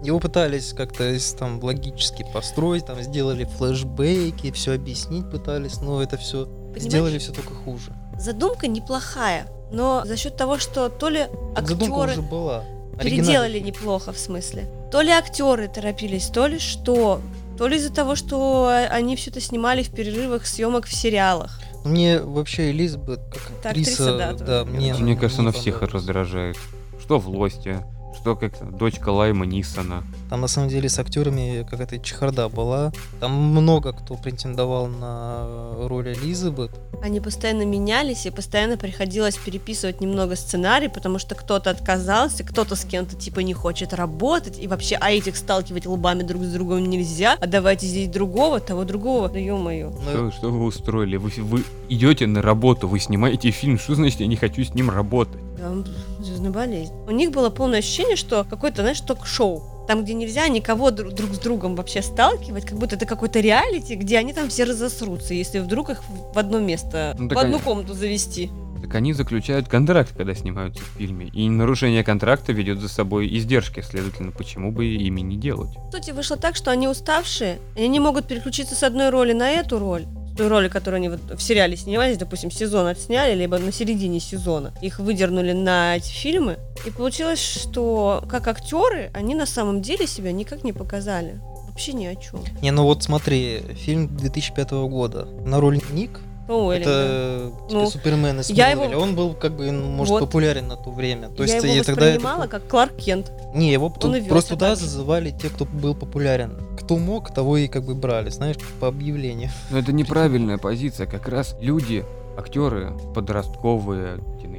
[SPEAKER 3] Его пытались как-то из- там логически построить, там сделали флешбеки, все объяснить пытались, но это все
[SPEAKER 2] Понимаешь,
[SPEAKER 3] сделали все только хуже.
[SPEAKER 2] задумка неплохая, но за счет того, что то ли
[SPEAKER 3] Задумка
[SPEAKER 2] актеры
[SPEAKER 3] уже была.
[SPEAKER 2] переделали
[SPEAKER 3] Оригинальный.
[SPEAKER 2] неплохо, в смысле. То ли актеры торопились, то ли что. То ли из-за того, что они все это снимали в перерывах съемок в сериалах.
[SPEAKER 3] Мне вообще Элизабет как
[SPEAKER 2] Это актриса,
[SPEAKER 3] актриса,
[SPEAKER 2] да,
[SPEAKER 3] да,
[SPEAKER 2] тоже.
[SPEAKER 3] мне,
[SPEAKER 1] Мне кажется, она
[SPEAKER 3] не
[SPEAKER 1] всех
[SPEAKER 3] понравилась.
[SPEAKER 1] раздражает. Что в «Лосте», что как дочка Лайма Нисона.
[SPEAKER 3] Там на самом деле с актерами какая-то чехарда была. Там много кто претендовал на роль Элизабет.
[SPEAKER 2] Они постоянно менялись, и постоянно приходилось переписывать немного сценарий, потому что кто-то отказался, кто-то с кем-то типа не хочет работать, и вообще, а этих сталкивать лбами друг с другом нельзя, а давайте здесь другого, того другого. Да ё-моё.
[SPEAKER 3] Но
[SPEAKER 1] Что, что вы устроили? Вы, вы идете на работу, вы снимаете фильм. Что значит, я не хочу с ним работать?
[SPEAKER 2] Там звездная болезнь. У них было полное ощущение, что какое-то, знаешь, ток-шоу. Там, где нельзя никого дру- друг с другом вообще сталкивать, как будто это какой-то реалити, где они там все разосрутся, если вдруг их в одно место,
[SPEAKER 1] Ну,
[SPEAKER 2] в
[SPEAKER 1] так
[SPEAKER 2] одну
[SPEAKER 1] они-
[SPEAKER 2] комнату завести.
[SPEAKER 1] Так они заключают контракт, когда снимаются в фильме, и нарушение контракта ведет за собой издержки, следовательно, почему бы ими не делать?
[SPEAKER 2] В сути, вышло так, что они уставшие, и они не могут переключиться с одной роли на эту роль. С той роли, которую они вот в сериале снимались, допустим, сезон отсняли, либо на середине сезона. Их выдернули на эти фильмы. И получилось, что как актеры, они на самом деле себя никак не показали. Вообще ни о чем.
[SPEAKER 3] Не, ну вот смотри, фильм 2005 года. На роль Ник
[SPEAKER 2] По Уэллингу.
[SPEAKER 3] это типа,
[SPEAKER 2] Ну,
[SPEAKER 3] Супермен из
[SPEAKER 2] я его-
[SPEAKER 3] Марвеля. Он был как бы, ну, может,
[SPEAKER 2] Вот.
[SPEAKER 3] популярен на то время. То
[SPEAKER 2] я
[SPEAKER 3] есть
[SPEAKER 2] его
[SPEAKER 3] и тогда это-
[SPEAKER 2] воспринимала как Кларк Кент.
[SPEAKER 3] Не, его т-
[SPEAKER 2] Он и велся
[SPEAKER 3] просто туда
[SPEAKER 2] так же.
[SPEAKER 3] зазывали те, кто был популярен. Кто мог, того и как бы брали, знаешь, по объявлению.
[SPEAKER 1] Но это неправильная позиция. Как раз люди, актеры подростковые, тинейджерские,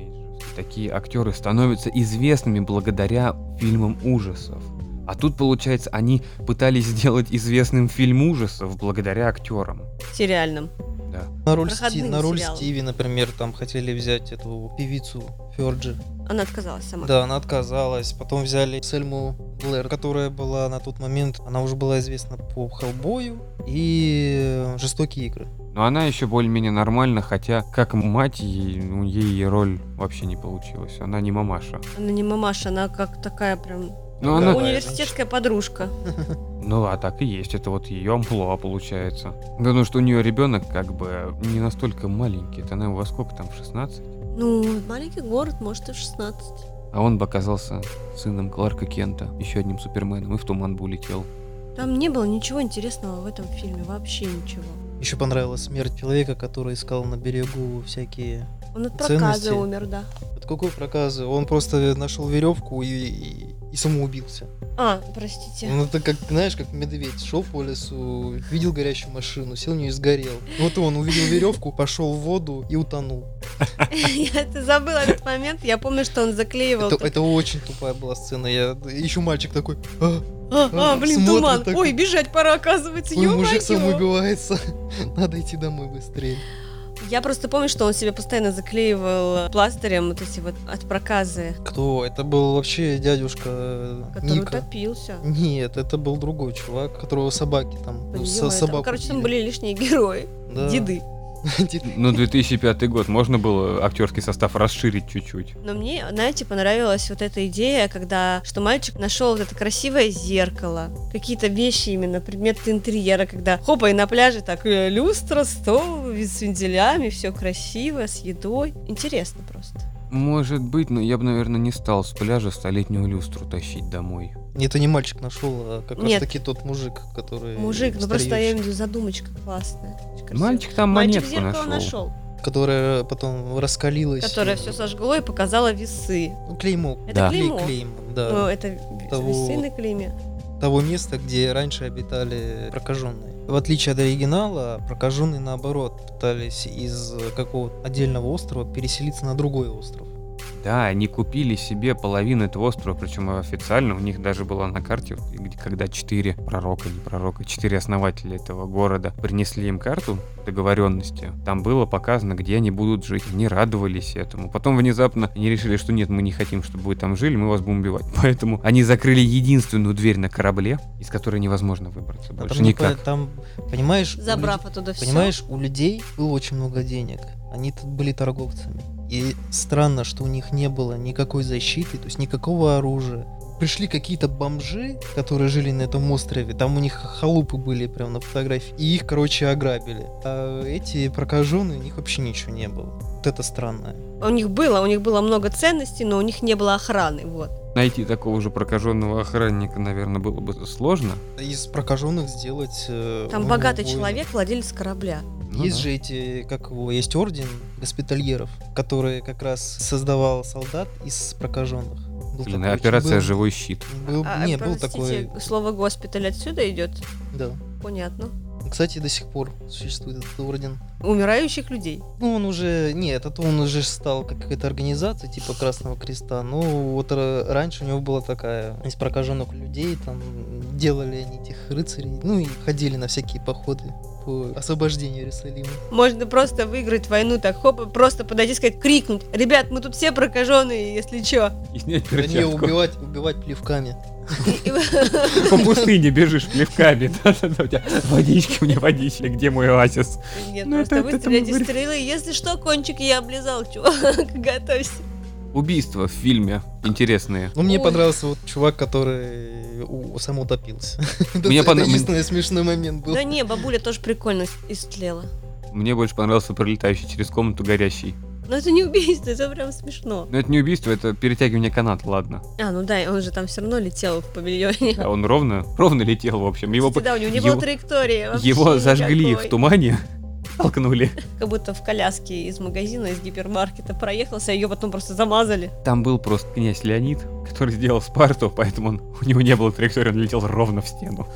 [SPEAKER 1] такие актеры становятся известными благодаря фильмам ужасов. А тут, получается, они пытались сделать известным фильм ужасов благодаря актерам.
[SPEAKER 2] Сериальным.
[SPEAKER 3] На роль,
[SPEAKER 2] Проходные
[SPEAKER 3] Сти- на роль
[SPEAKER 2] сериалы.
[SPEAKER 3] Стиви, например, там хотели взять эту певицу Ферджи.
[SPEAKER 2] Она отказалась сама.
[SPEAKER 3] Да, она отказалась. Потом взяли Сельму Блэр, которая была на тот момент, она уже была известна по Хеллбою и э, Жестокие игры.
[SPEAKER 1] Но она еще более-менее нормально, хотя как мать ей, ну, ей роль вообще не получилась. Она не мамаша.
[SPEAKER 2] Она не мамаша, она как такая прям
[SPEAKER 1] Ну,
[SPEAKER 3] Да.
[SPEAKER 1] она...
[SPEAKER 3] Ой.
[SPEAKER 2] университетская подружка.
[SPEAKER 1] ну а так и есть, это вот ее амплуа получается. Потому что у нее ребенок как бы не настолько маленький. Это она его во сколько там, в 16?
[SPEAKER 2] Ну, маленький город, может, и в 16.
[SPEAKER 1] А он бы оказался сыном Кларка Кента, еще одним суперменом, и в туман бы улетел.
[SPEAKER 2] Там не было ничего интересного в этом фильме, вообще ничего.
[SPEAKER 3] Еще понравилась смерть человека, который искал на берегу всякие...
[SPEAKER 2] Он от
[SPEAKER 3] Ценности.
[SPEAKER 2] проказа умер, да.
[SPEAKER 3] От какой проказы? Он просто нашел веревку и, и, и самоубился.
[SPEAKER 2] А, простите.
[SPEAKER 3] Ну это как, знаешь, как медведь шел по лесу, видел горящую машину, сел в нее и сгорел. Вот он увидел веревку, пошел в воду и утонул.
[SPEAKER 2] Я это забыла этот момент. Я помню, что он заклеивал.
[SPEAKER 3] Это,
[SPEAKER 2] так-
[SPEAKER 3] это очень тупая была сцена. Я... Еще мальчик такой, «А,
[SPEAKER 2] А, а, блин,
[SPEAKER 3] смотрит
[SPEAKER 2] туман.
[SPEAKER 3] такой.
[SPEAKER 2] Ой, бежать пора, оказывается.
[SPEAKER 3] Ой,
[SPEAKER 2] Ё-моё.
[SPEAKER 3] мужик самоубивается. Надо идти домой быстрее.
[SPEAKER 2] Я просто помню, что он себе постоянно заклеивал э, пластырем вот эти вот от проказы,
[SPEAKER 3] Кто? Это был вообще дядюшка э,
[SPEAKER 2] который
[SPEAKER 3] Ника.
[SPEAKER 2] утопился.
[SPEAKER 3] Нет, это был другой чувак, которого собаки там, ну,
[SPEAKER 2] Понимаю,
[SPEAKER 3] со-
[SPEAKER 2] там,
[SPEAKER 3] собаку
[SPEAKER 2] Короче, там
[SPEAKER 3] убили.
[SPEAKER 2] были лишние герои,
[SPEAKER 3] Да.
[SPEAKER 2] деды.
[SPEAKER 3] Деды.
[SPEAKER 1] Ну, 2005 год, можно было актерский состав расширить чуть-чуть.
[SPEAKER 2] Но мне, знаете, понравилась вот эта идея, когда, что мальчик нашел вот это красивое зеркало, какие-то вещи именно, предметы интерьера, когда, хопа, и на пляже так э, люстра, стол с венделями, все красиво, с едой. Интересно просто.
[SPEAKER 1] Может быть, но я бы, наверное, не стал с пляжа столетнюю люстру тащить домой.
[SPEAKER 3] Это не мальчик нашел, а как раз
[SPEAKER 2] Нет.
[SPEAKER 3] таки тот мужик, который...
[SPEAKER 2] Мужик, ну просто я
[SPEAKER 3] стареющий,
[SPEAKER 2] имею в виду задумочка классная. очень красивая.
[SPEAKER 1] Мальчик там
[SPEAKER 2] Мальчик
[SPEAKER 1] монетку
[SPEAKER 2] зеркало
[SPEAKER 1] нашел.
[SPEAKER 2] нашел,
[SPEAKER 3] Которая потом раскалилась.
[SPEAKER 2] которое
[SPEAKER 3] и-
[SPEAKER 2] все сожгло и показало весы.
[SPEAKER 3] Ну, клеймо.
[SPEAKER 2] Это
[SPEAKER 1] Да.
[SPEAKER 3] Клей-
[SPEAKER 2] клеймо.
[SPEAKER 3] клеймо,
[SPEAKER 2] Ну,
[SPEAKER 3] да.
[SPEAKER 2] это
[SPEAKER 3] Того-
[SPEAKER 2] весы на клейме.
[SPEAKER 3] Того места, где раньше обитали прокаженные. В отличие от оригинала, прокаженные наоборот пытались из какого-то отдельного острова переселиться на другой остров.
[SPEAKER 1] Да, они купили себе половину этого острова, причем официально у них даже была на карте, где- когда четыре пророка, не пророка, четыре основателя этого города принесли им карту договоренности. Там было показано, где они будут жить. Они радовались этому. Потом внезапно они решили, что нет, мы не хотим, чтобы вы там жили, мы вас будем убивать. Поэтому они закрыли единственную дверь на корабле, из которой невозможно выбраться
[SPEAKER 3] А
[SPEAKER 1] больше
[SPEAKER 3] там, не по-
[SPEAKER 1] никак.
[SPEAKER 3] там, понимаешь, у
[SPEAKER 2] Забрав оттуда все.
[SPEAKER 3] Понимаешь, у людей было очень много денег. Они тут были торговцами. И странно, что у них не было никакой защиты, то есть никакого оружия. Пришли какие-то бомжи, которые жили на этом острове. Там у них халупы были прям на фотографии. И их, короче, ограбили. А эти прокаженные, у них вообще ничего не было. Вот это странно.
[SPEAKER 2] У них было, у них было много ценностей, но у них не было охраны, вот.
[SPEAKER 1] Найти такого же прокаженного охранника, наверное, было бы сложно.
[SPEAKER 3] Из прокаженных сделать... э,
[SPEAKER 2] Там
[SPEAKER 3] ну,
[SPEAKER 2] богатый
[SPEAKER 3] воина.
[SPEAKER 2] человек, владелец корабля.
[SPEAKER 1] Ну
[SPEAKER 3] есть
[SPEAKER 1] да.
[SPEAKER 3] же эти, как его, есть орден госпитальеров, который как раз создавал солдат из прокаженных. Был
[SPEAKER 1] Блин,
[SPEAKER 3] такой-
[SPEAKER 1] операция
[SPEAKER 3] был-
[SPEAKER 1] «Живой щит».
[SPEAKER 3] Был,
[SPEAKER 2] А,
[SPEAKER 3] не, Ну, был
[SPEAKER 2] простите,
[SPEAKER 3] такой,
[SPEAKER 2] Слово госпиталь отсюда идет.
[SPEAKER 3] да.
[SPEAKER 2] Понятно.
[SPEAKER 3] Кстати, до сих пор существует этот орден.
[SPEAKER 2] Умирающих людей.
[SPEAKER 3] Ну, он уже, нет, это он уже стал как какая-то организация типа Красного Креста. Ну, вот ра- раньше у него была такая, из прокаженных людей, там, делали они этих рыцарей, ну, и ходили на всякие походы по освобождению Иерусалима.
[SPEAKER 2] Можно просто выиграть войну так, хоп, просто подойти и сказать, крикнуть. Ребят, мы тут все прокаженные, если чё.
[SPEAKER 1] И снять
[SPEAKER 3] Да не,
[SPEAKER 1] перчатку.
[SPEAKER 3] убивать, убивать плевками.
[SPEAKER 2] И- и-
[SPEAKER 1] По пустыне бежишь плевками. да-да-да, у тебя Водички мне, водички, где мой оазис?
[SPEAKER 2] Нет,
[SPEAKER 1] Ну, это-
[SPEAKER 2] просто
[SPEAKER 1] это мы
[SPEAKER 2] выстрелите
[SPEAKER 1] говорим.
[SPEAKER 2] стрелы. Если что, кончик я облизал, чувак, готовься.
[SPEAKER 1] Убийства в фильме интересные.
[SPEAKER 3] Ну, мне
[SPEAKER 2] Ой.
[SPEAKER 3] понравился вот чувак, который у- сам утопился. Это
[SPEAKER 1] Мне понрав-
[SPEAKER 3] единственный смешной момент был.
[SPEAKER 2] Да не, бабуля тоже прикольно истлела.
[SPEAKER 1] Мне больше понравился пролетающий через комнату горящий.
[SPEAKER 2] Но это не убийство, это прям смешно.
[SPEAKER 1] Но это не убийство, это перетягивание канат, ладно.
[SPEAKER 2] А, ну да, и он же там все равно летел в павильоне.
[SPEAKER 1] А он ровно, ровно летел, в общем. Его,
[SPEAKER 2] Кстати,
[SPEAKER 1] по-
[SPEAKER 2] да, у него не
[SPEAKER 1] его-
[SPEAKER 2] было траектории. вообще
[SPEAKER 1] его зажгли
[SPEAKER 2] никакой.
[SPEAKER 1] в тумане, толкнули.
[SPEAKER 2] Как будто в коляске из магазина, из гипермаркета проехался, а ее потом просто замазали.
[SPEAKER 1] Там был просто князь Леонид, который сделал Спарту, поэтому он- у него не было траектории, он летел ровно в стену.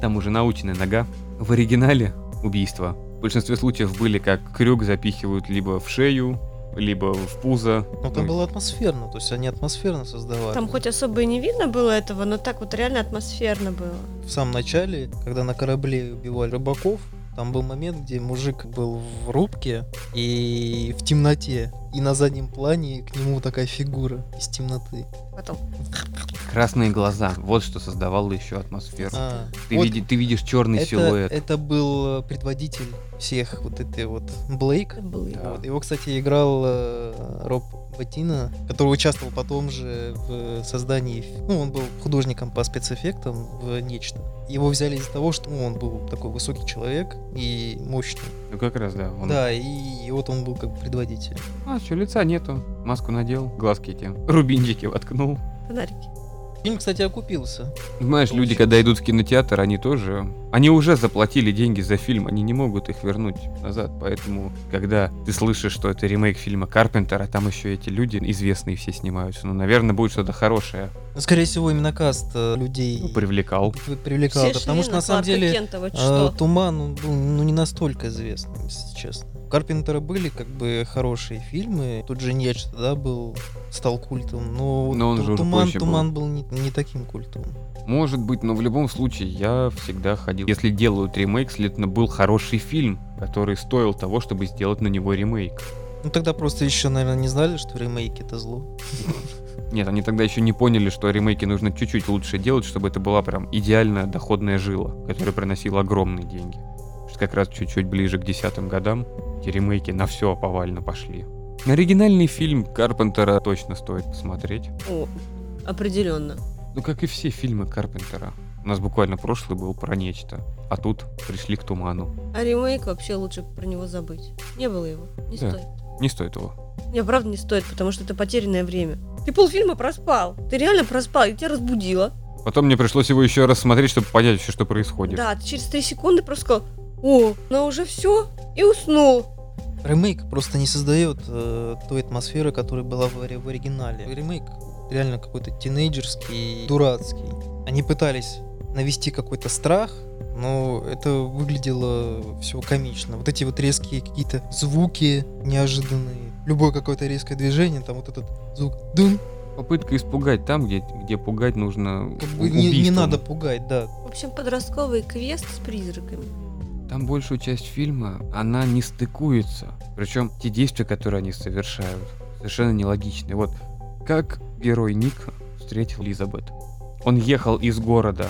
[SPEAKER 1] Там уже наученная нога. В оригинале убийства в большинстве случаев были как крюк запихивают либо в шею, либо в пузо.
[SPEAKER 3] Ну,
[SPEAKER 1] Ну,
[SPEAKER 3] там было атмосферно, то есть они атмосферно создавали.
[SPEAKER 2] Там хоть особо и не видно было этого, но так вот реально атмосферно было.
[SPEAKER 3] В самом начале, когда на корабле убивали рыбаков, там был момент, где мужик был в рубке и в темноте. И на заднем плане к нему такая фигура из темноты.
[SPEAKER 2] Потом.
[SPEAKER 1] Красные глаза. Вот что создавало еще атмосферу.
[SPEAKER 3] А,
[SPEAKER 1] Ты,
[SPEAKER 3] вот
[SPEAKER 1] види- ты видишь черный
[SPEAKER 3] это,
[SPEAKER 1] силуэт.
[SPEAKER 3] это был э, предводитель всех вот этой вот Блейк.
[SPEAKER 2] Было.
[SPEAKER 1] Да.
[SPEAKER 3] Вот, Его, кстати, играл э, Роб Батина, который участвовал потом же в создании... ф- Ну, он был художником по спецэффектам в «Нечто». Его взяли из-за того, что ну, он был такой высокий человек и мощный.
[SPEAKER 1] Ну как раз, да. он-
[SPEAKER 3] Да, и, и вот он был как бы предводителем.
[SPEAKER 1] А, что, лица нету. Маску надел, глазки эти. Рубинчики воткнул.
[SPEAKER 2] Фонарики.
[SPEAKER 3] Фильм, кстати, окупился.
[SPEAKER 1] Понимаешь, люди, когда идут в кинотеатр, они тоже... Они уже заплатили деньги за фильм, они не могут их вернуть назад. Поэтому, когда ты слышишь, что это ремейк фильма Карпентера, а там еще эти люди известные все снимаются, ну, наверное, будет что-то хорошее.
[SPEAKER 3] Ну, Скорее всего, именно каст э, людей
[SPEAKER 1] Ну, привлекал.
[SPEAKER 3] п- привлекал,
[SPEAKER 2] Все
[SPEAKER 3] да,
[SPEAKER 2] шли
[SPEAKER 3] потому что на самом
[SPEAKER 2] Кларка
[SPEAKER 3] деле
[SPEAKER 2] Кента, вот
[SPEAKER 3] э,
[SPEAKER 2] что.
[SPEAKER 3] Туман он был ну, не настолько известным, если честно. У Карпентера были как бы хорошие фильмы, тут же Нечто, да, был, стал культом, но, вот
[SPEAKER 1] Но он
[SPEAKER 3] Ту-
[SPEAKER 1] же уже
[SPEAKER 3] Туман,
[SPEAKER 1] позже был.
[SPEAKER 3] Туман был не, не таким культовым.
[SPEAKER 1] Может быть, но в любом случае я всегда ходил. Если делают ремейк, следовательно, был хороший фильм, который стоил того, чтобы сделать на него ремейк.
[SPEAKER 3] Ну тогда просто еще, наверное, не знали, что ремейки это зло.
[SPEAKER 1] Нет, они тогда еще не поняли, что ремейки нужно чуть-чуть лучше делать, чтобы это была прям идеальная доходная жила, которая приносила огромные деньги. Потому Что как раз чуть-чуть ближе к десятым годам эти ремейки на все повально пошли. Оригинальный фильм Карпентера точно стоит посмотреть.
[SPEAKER 2] О, определенно.
[SPEAKER 1] Ну, как и все фильмы Карпентера. У нас буквально прошлый был про нечто, а тут пришли к туману.
[SPEAKER 2] А ремейк вообще лучше про него забыть. Не было его. Не
[SPEAKER 1] Да.
[SPEAKER 2] стоит.
[SPEAKER 1] Не стоит его.
[SPEAKER 2] Не, правда не стоит, потому что это потерянное время. Ты полфильма проспал. Ты реально проспал, я тебя разбудила.
[SPEAKER 1] Потом мне пришлось его еще раз смотреть, чтобы понять вообще, что происходит.
[SPEAKER 2] Да, ты через три секунды просто сказал, о, но уже все, и уснул.
[SPEAKER 3] Ремейк просто не создает э, той атмосферы, которая была в, ори- в оригинале. Ремейк реально какой-то тинейджерский, дурацкий. Они пытались навести какой-то страх, но это выглядело все комично. Вот эти вот резкие какие-то звуки неожиданные. Любое какое-то резкое движение, там вот этот звук дун,
[SPEAKER 1] Попытка испугать там, где, где пугать нужно
[SPEAKER 3] как
[SPEAKER 1] у-
[SPEAKER 3] бы не, не
[SPEAKER 1] убийством.
[SPEAKER 3] надо пугать, да.
[SPEAKER 2] В общем, подростковый квест с призраками.
[SPEAKER 1] Там большую часть фильма, она не стыкуется. Причем те действия, которые они совершают, совершенно нелогичны. Вот как герой Ник встретил Лизабет. Он ехал из города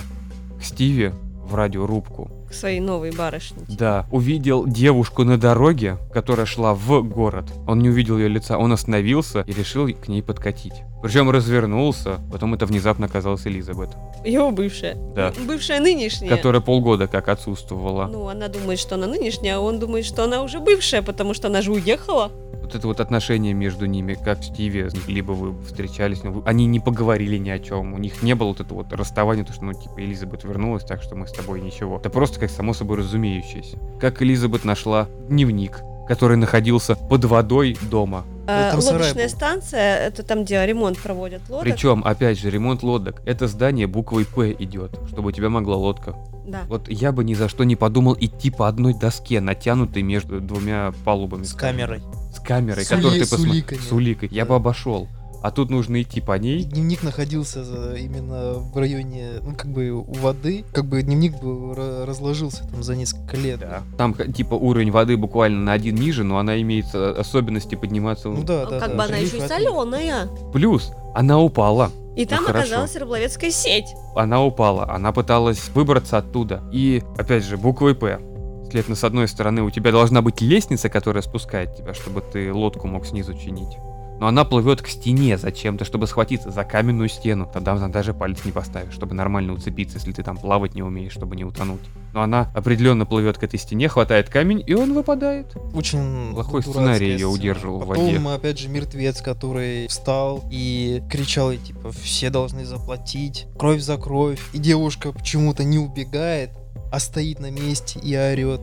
[SPEAKER 1] к Стиве в радиорубку.
[SPEAKER 2] К своей новой барышне.
[SPEAKER 1] Да, увидел девушку на дороге, которая шла в город. Он не увидел ее лица, он остановился и решил к ней подкатить. Причем развернулся, потом это внезапно оказалась Элизабет,
[SPEAKER 2] Его бывшая.
[SPEAKER 1] Да.
[SPEAKER 2] М, Бывшая нынешняя.
[SPEAKER 1] которая полгода как отсутствовала.
[SPEAKER 2] Ну, она думает, что она нынешняя, а он думает, что она уже бывшая, потому что она же уехала.
[SPEAKER 1] Вот это вот отношение между ними, как Стиви, либо вы встречались, но вы- они не поговорили ни о чем, у них не было вот этого вот расставания, то что, ну, типа, Элизабет вернулась, так что мы с тобой ничего. Это просто как само собой разумеющееся. Как Элизабет нашла дневник, который находился под водой дома.
[SPEAKER 2] А,
[SPEAKER 3] там сарай
[SPEAKER 2] лодочная
[SPEAKER 3] был.
[SPEAKER 2] станция, это там, где ремонт проводят лодок.
[SPEAKER 1] Причем, опять же, ремонт лодок. Это здание буквой «П» идет, чтобы у тебя могла лодка.
[SPEAKER 2] Да.
[SPEAKER 1] Вот я бы ни за что не подумал идти по одной доске, натянутой между двумя палубами.
[SPEAKER 3] С
[SPEAKER 1] скажем.
[SPEAKER 3] камерой.
[SPEAKER 1] С камерой,
[SPEAKER 3] С
[SPEAKER 1] которую
[SPEAKER 3] ули-
[SPEAKER 1] ты
[SPEAKER 3] с
[SPEAKER 1] посмотри-
[SPEAKER 3] уликами.
[SPEAKER 1] С уликой. Я
[SPEAKER 3] Да.
[SPEAKER 1] бы обошел. А тут нужно идти по
[SPEAKER 3] И
[SPEAKER 1] ней.
[SPEAKER 3] дневник находился за- именно в районе, ну, как бы у воды. Как бы дневник бы ра- разложился там за несколько лет.
[SPEAKER 1] Там х- типа уровень воды буквально на один ниже, но она имеет э, особенности подниматься.
[SPEAKER 3] Ну да,
[SPEAKER 2] А
[SPEAKER 3] да,
[SPEAKER 2] как
[SPEAKER 3] да.
[SPEAKER 2] бы она
[SPEAKER 3] Прилив
[SPEAKER 2] еще и
[SPEAKER 3] воды.
[SPEAKER 2] соленая.
[SPEAKER 1] Плюс Она упала.
[SPEAKER 2] И там
[SPEAKER 1] Ну, хорошо.
[SPEAKER 2] оказалась рыболовецкая сеть.
[SPEAKER 1] Она упала. Она пыталась выбраться оттуда. И, опять же, буквой «П». Следовательно, с одной стороны, у тебя должна быть лестница, которая спускает тебя, чтобы ты лодку мог снизу чинить. Но она плывет к стене зачем-то, чтобы схватиться за каменную стену. Тогда она даже палец не поставишь, чтобы нормально уцепиться, если ты там плавать не умеешь, чтобы не утонуть. Но она определенно плывет к этой стене, хватает камень, и он выпадает.
[SPEAKER 3] Очень
[SPEAKER 1] Плохой
[SPEAKER 3] дурацкая
[SPEAKER 1] сценарий её
[SPEAKER 3] сцена.
[SPEAKER 1] удерживал в
[SPEAKER 3] Потом,
[SPEAKER 1] воде.
[SPEAKER 3] опять же, мертвец, который встал и кричал, и, типа, все должны заплатить, кровь за кровь. И девушка почему-то не убегает, а стоит на месте и орет.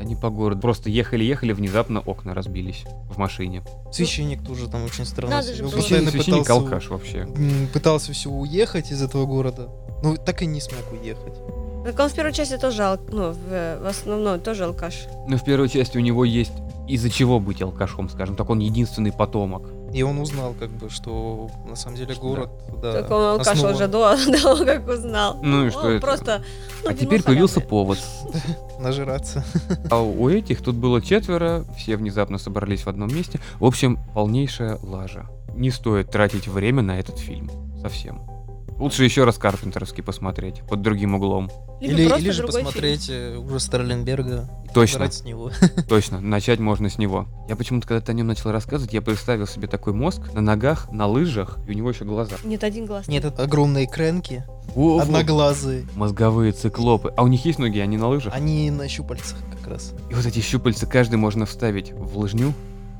[SPEAKER 1] Они по городу просто ехали-ехали, внезапно окна разбились в машине.
[SPEAKER 3] Священник тоже там очень странно
[SPEAKER 2] Надо же
[SPEAKER 3] себя
[SPEAKER 2] было.
[SPEAKER 3] вел.
[SPEAKER 1] Священник,
[SPEAKER 3] Постоянно
[SPEAKER 1] священник
[SPEAKER 3] пытался-
[SPEAKER 1] алкаш вообще.
[SPEAKER 3] м, пытался все уехать из этого города, но так и не смог уехать.
[SPEAKER 2] Так он в первой части тоже, ал- ну, в, в основном тоже алкаш.
[SPEAKER 1] Но Ну, в первой части у него есть из-за чего быть алкашом, скажем так, он единственный потомок.
[SPEAKER 3] И он узнал, как бы, что на самом деле
[SPEAKER 1] Что
[SPEAKER 3] город, да,
[SPEAKER 2] Как он алкаш
[SPEAKER 3] основан
[SPEAKER 2] уже до, до того, как узнал.
[SPEAKER 1] Ну и что
[SPEAKER 2] он
[SPEAKER 1] это?
[SPEAKER 2] просто... ну,
[SPEAKER 1] а
[SPEAKER 2] вино
[SPEAKER 1] теперь появился
[SPEAKER 2] халявное.
[SPEAKER 1] повод.
[SPEAKER 3] нажираться.
[SPEAKER 1] А у этих тут было четверо, все внезапно собрались в одном месте. В общем, полнейшая лажа. Не стоит тратить время на этот фильм. Совсем. Лучше еще раз Карпентеровский посмотреть, под другим углом.
[SPEAKER 2] Либо
[SPEAKER 3] Или,
[SPEAKER 2] просто
[SPEAKER 3] или же
[SPEAKER 2] другой фильм.
[SPEAKER 3] посмотреть э, ужас Старлинберга и
[SPEAKER 1] Точно.
[SPEAKER 3] поиграть с него.
[SPEAKER 1] Точно, начать можно с него. Я почему-то, когда ты о нем начал рассказывать, я представил себе такой мозг на ногах, на лыжах, и у него еще глаза.
[SPEAKER 2] Нет, один глаз.
[SPEAKER 3] Нет, это огромные кренки,
[SPEAKER 1] Во-во.
[SPEAKER 3] одноглазые,
[SPEAKER 1] Мозговые циклопы. А у них есть ноги, они на лыжах?
[SPEAKER 3] они на щупальцах как раз.
[SPEAKER 1] И вот эти щупальца каждый можно вставить в лыжню,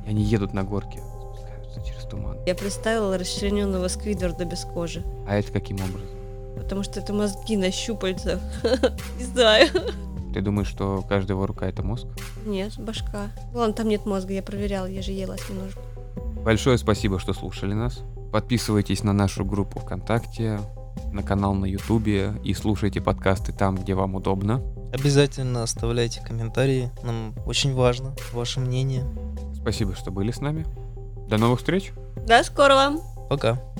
[SPEAKER 1] и они едут на горке, спускаются через туман.
[SPEAKER 2] Я представила расчлененного сквидерда без кожи.
[SPEAKER 1] А это каким образом?
[SPEAKER 2] Потому что это мозги на щупальцах. Не знаю.
[SPEAKER 1] Ты думаешь, что каждая его рука это мозг?
[SPEAKER 2] Нет, башка. Ладно, там нет мозга, я проверяла, я же ела осьминожку.
[SPEAKER 1] Большое спасибо, что слушали нас. Подписывайтесь на нашу группу ВКонтакте, на канал на Ютубе и слушайте подкасты там, где вам удобно.
[SPEAKER 3] Обязательно оставляйте комментарии, нам очень важно ваше мнение.
[SPEAKER 1] Спасибо, что были с нами. До новых встреч!
[SPEAKER 2] Да, скоро вам!
[SPEAKER 3] Пока.